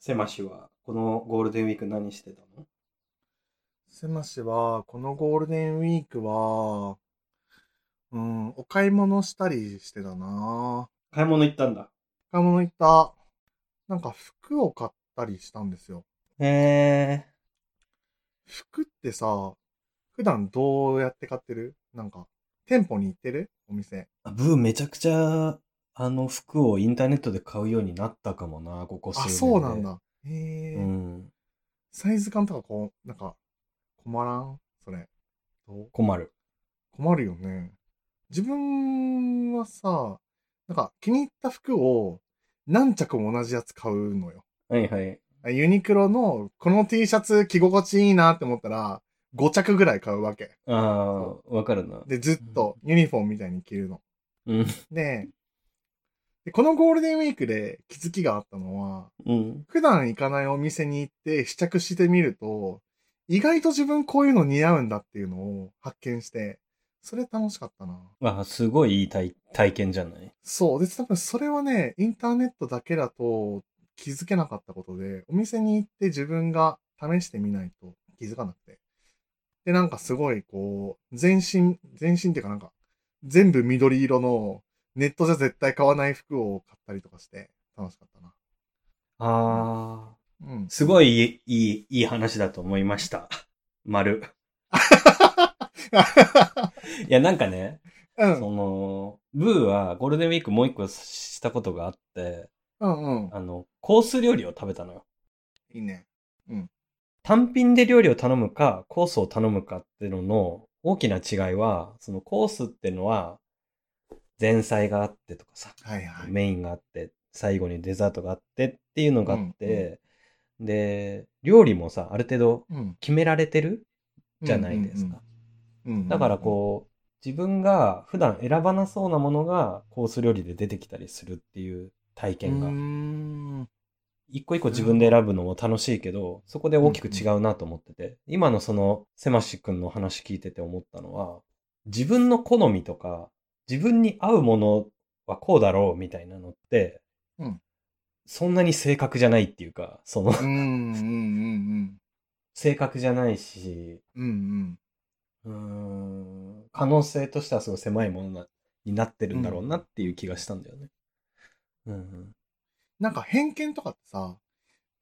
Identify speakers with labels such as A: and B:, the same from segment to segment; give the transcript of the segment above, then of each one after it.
A: 狭しは、このゴールデンウィーク何してたの
B: 狭しは、このゴールデンウィークは、うん、お買い物したりしてたな
A: 買い物行ったんだ。
B: 買い物行った。なんか服を買ったりしたんですよ。
A: へえ。
B: 服ってさ、普段どうやって買ってるなんか、店舗に行ってるお店。
A: ブーめちゃくちゃ、あの服をインターネットで買うようになったかもな、ここ数
B: あ、
A: 年で。
B: そうなん。だ。へえ、
A: うん。
B: サイズ感とかこう、なんか、困らんそれ。どう
A: 困る。
B: 困るよね。自分はさ、なんか気に入った服を何着も同じやつ買うのよ。
A: はいはい。
B: ユニクロのこの T シャツ着心地いいなって思ったら5着ぐらい買うわけ。
A: ああ、わかるな。
B: で、ずっとユニフォームみたいに着るの。
A: うん。
B: で、でこのゴールデンウィークで気づきがあったのは、
A: うん。
B: 普段行かないお店に行って試着してみると、意外と自分こういうの似合うんだっていうのを発見して、それ楽しかったな。
A: ああ、すごいいい体体験じゃない
B: そう。で、多分それはね、インターネットだけだと気づけなかったことで、お店に行って自分が試してみないと気づかなくて。で、なんかすごい、こう、全身、全身っていうかなんか、全部緑色の、ネットじゃ絶対買わない服を買ったりとかして、楽しかったな。
A: ああ。
B: うん。
A: すごいいい、いい、いい話だと思いました。丸。いや、なんかね、
B: うん。
A: その、ブーはゴールデンウィークもう一個したことがあって、
B: うんうん。
A: あの、コース料理を食べたのよ。
B: いいね。
A: 単品で料理を頼むか、コースを頼むかっていうのの大きな違いは、そのコースってのは、前菜があってとかさ、
B: はいはい。
A: メインがあって、最後にデザートがあってっていうのがあって、で、料理もさ、ある程度
B: うん。
A: 決められてるじゃないですか。
B: うん。うんうん。
A: だからこう、自分が普段選ばなそうなものがコース料理で出てきたりするっていう体
B: うー
A: 験が、
B: ん。
A: 一個一個自分で選ぶのも楽しいけど、そこで大きく違うなと思ってて、今のその、せましくんの話聞いてて思ったのは、自分の好みとか、自分に合うものはこうだろうみたいなのって、
B: うん
A: そんなに正確じゃないっていうか、その、
B: うんうんうんうん。
A: 正確じゃないし、
B: うんう
A: うー
B: ん。
A: ん、可能性としてはすごい狭いものなになってるんだろうなっていう気がしたんだよね。うん。
B: なんか偏見とかってさ、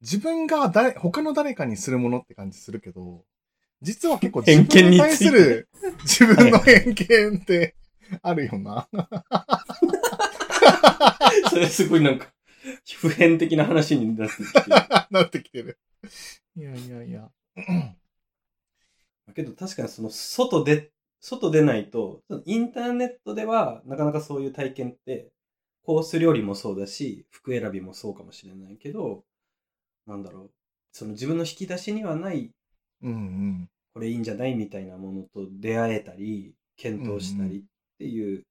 B: 自分が誰、他の誰かにするものって感じするけど、実は結構自
A: 偏見
B: 分
A: に
B: に
A: つ
B: 対
A: いて
B: する自分の偏見ってあるよな。
A: それすごいなんか、 普遍的な話になってきてる。
B: なってきてる。いやいやいや。
A: けど確かにその外で、外出ないと、そのインターネットではなかなかそういう体験って、コース料理もそうだし、服選びもそうかもしれないけど、なんだろう、その自分の引き出しにはない、
B: うんうん。
A: これいいんじゃないみたいなものと出会えたり、検討したりっていう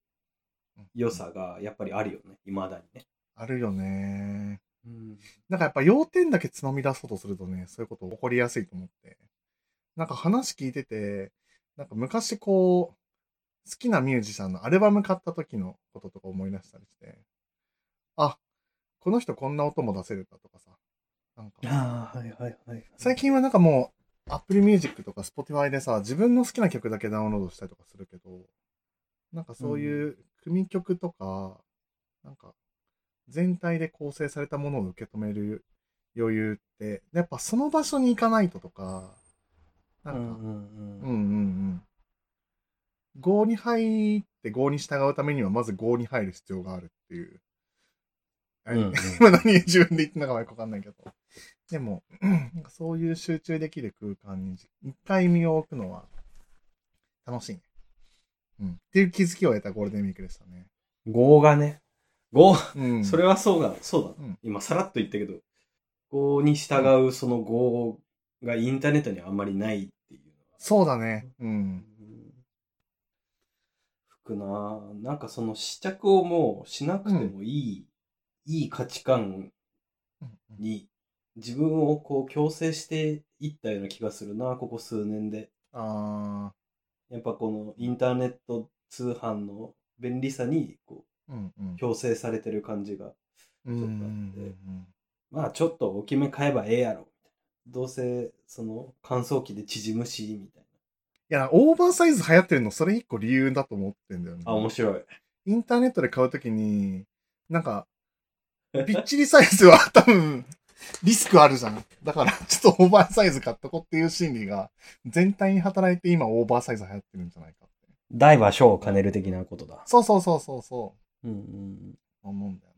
A: 良。さがやっぱりあるよね、未だにね。
B: あるよね。
A: うん、
B: なんかやっぱ要点だけつまみ出そうとするとね、そういうこと起こりやすいと思って。なんか話聞いてて、なんか昔こう、好きなミュージシャンのアルバム買った時のこととか思い出したりして、あ、この人こんな音も出せるかとかさ。なんか
A: ああ、はいはいはい。
B: 最近はなんかもう、Apple Music とか Spotify でさ、自分の好きな曲だけダウンロードしたりとかするけど、なんかそういう組曲とか、なんか全体で構成されたものを受け止める余裕って、やっぱその場所に行かないととか、な
A: うんん
B: か、
A: うん
B: う
A: うんん。
B: うんうん。合に入って合に従うためには、まず合に入る必要があるっていう。
A: うんうん
B: 今何自分で言ってんのかよくわかんないけど。でも、 なんかそういう集中できる空間に一回身を置くのは楽しいね。うん。っていう気づきを得たゴールデンウィークでしたね。
A: 語がね、語、
B: うん。
A: それはそうだ、そうだ。
B: うん
A: 今、さらっと言ったけど、語に従うその語がインターネットにはあんまりないっていう
B: そうだね。う
A: のは
B: ん。。
A: 服なぁなんかその試着をもうしなくてもいい、いい価値観
B: うん
A: に自分をこう強制していったような気がするなぁここ数年で。
B: あ
A: やっぱこのインターネット通販の便利さにこ
B: ー。うんうん
A: う。強制されてる感じが
B: うんうんう
A: ちょっとあっ
B: ん
A: まあちょっと大きめ買えばええやろ。どうせ、その乾燥機で縮むし、みたい
B: いや、オーバーサイズ流行ってるの、それ一個理由だと思ってんだよね。
A: な。あ、面白い。
B: インターネットで買うときに、なんか、びっちりサイズは 多分、リスクあるじゃん。だから、ちょっとオーバーサイズ買っとこうっていう心理が、全体に働いて今オーバーサイズ流行ってるんじゃないかって。
A: 大は小を兼ねる的なことだ。
B: そうそうそうそうそ
A: うんうん。
B: う。思うんだよ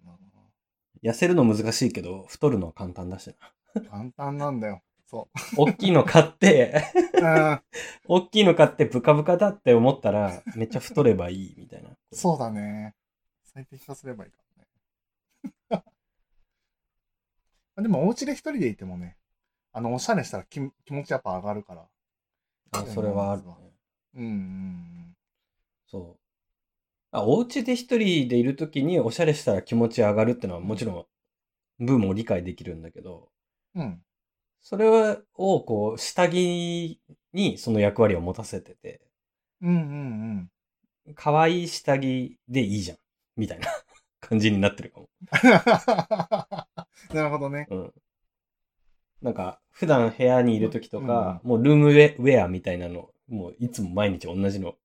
A: 痩せるの難しいけど、太るのは簡単だしな。
B: な。簡単なんだよ。そ
A: 大きいの買 って、
B: う。うん。
A: 大きいの買ってブカブカだって思ったら、めっちゃ太ればいい、みたいな。
B: そうだね。最適化すればいいからね。 あでも、お家で一人でいてもね、あの、おしゃれしたら気気持ちやっぱ上がるから。
A: あ、それはあるね。
B: うんうんうん。
A: そう。あお家で一人でいるときにおしゃれしたら気持ち上がるってのはもちろん、ブームを理解できるんだけど、
B: うん。
A: それをこう、下着にその役割を持たせてて、
B: うんうん
A: 可愛い下着でいいじゃん、みたいな 感じになってるかも。
B: うん。なるほどね。
A: うん。なんか、普段部屋にいるときとか、もうルームウェウェアみたいなの、もういつも毎日同じの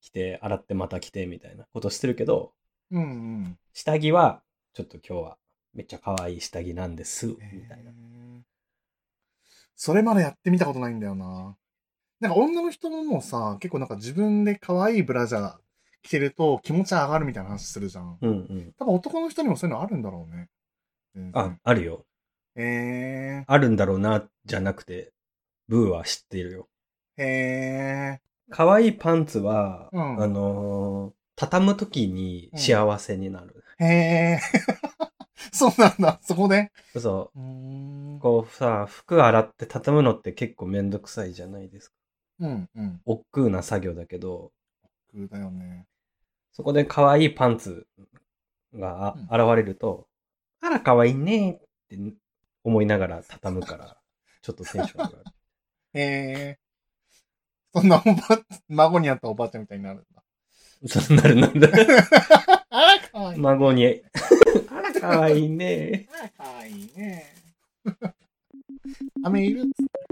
A: 着て、洗ってまた着てみたいなことしてるけど、
B: うんうん。
A: 下着は、ちょっと今日はめっちゃ可愛い下着なんです、みたいな
B: へ。ーそれまでやってみたことないんだよな。なんか女の人ももうさ、結構なんか自分で可愛いブラジャー着てると気持ち上がるみたいな話するじゃん。
A: うんうん。
B: 多分男の人にもそういうのあるんだろうね。全然
A: あ、、あるよ。
B: へ
A: あるんだろうな、じゃなくて、ブーは知っているよ。
B: え、へえ、
A: 可愛いパンツは、
B: うん
A: あのー畳むときに幸せになる。
B: へえ、 そうなんだ、そこで。
A: そう
B: ーん
A: う。こうさ、服洗って畳むのって結構めんどくさいじゃないですか。
B: うん、うん。
A: 億劫な作業だけど、
B: そうだよね。
A: そこで可愛いパンツがあ現れると、あら可愛いねって思いながら畳むから、ちょっとテンション上 がる。
B: へえ。そんなおば、孫に会ったおばあちゃんみたいになるんだ。
A: そうなるなる。
B: あら、かわいい。
A: 孫 に、 あら可愛いね。
B: あら、かわいいね。雨いるっつって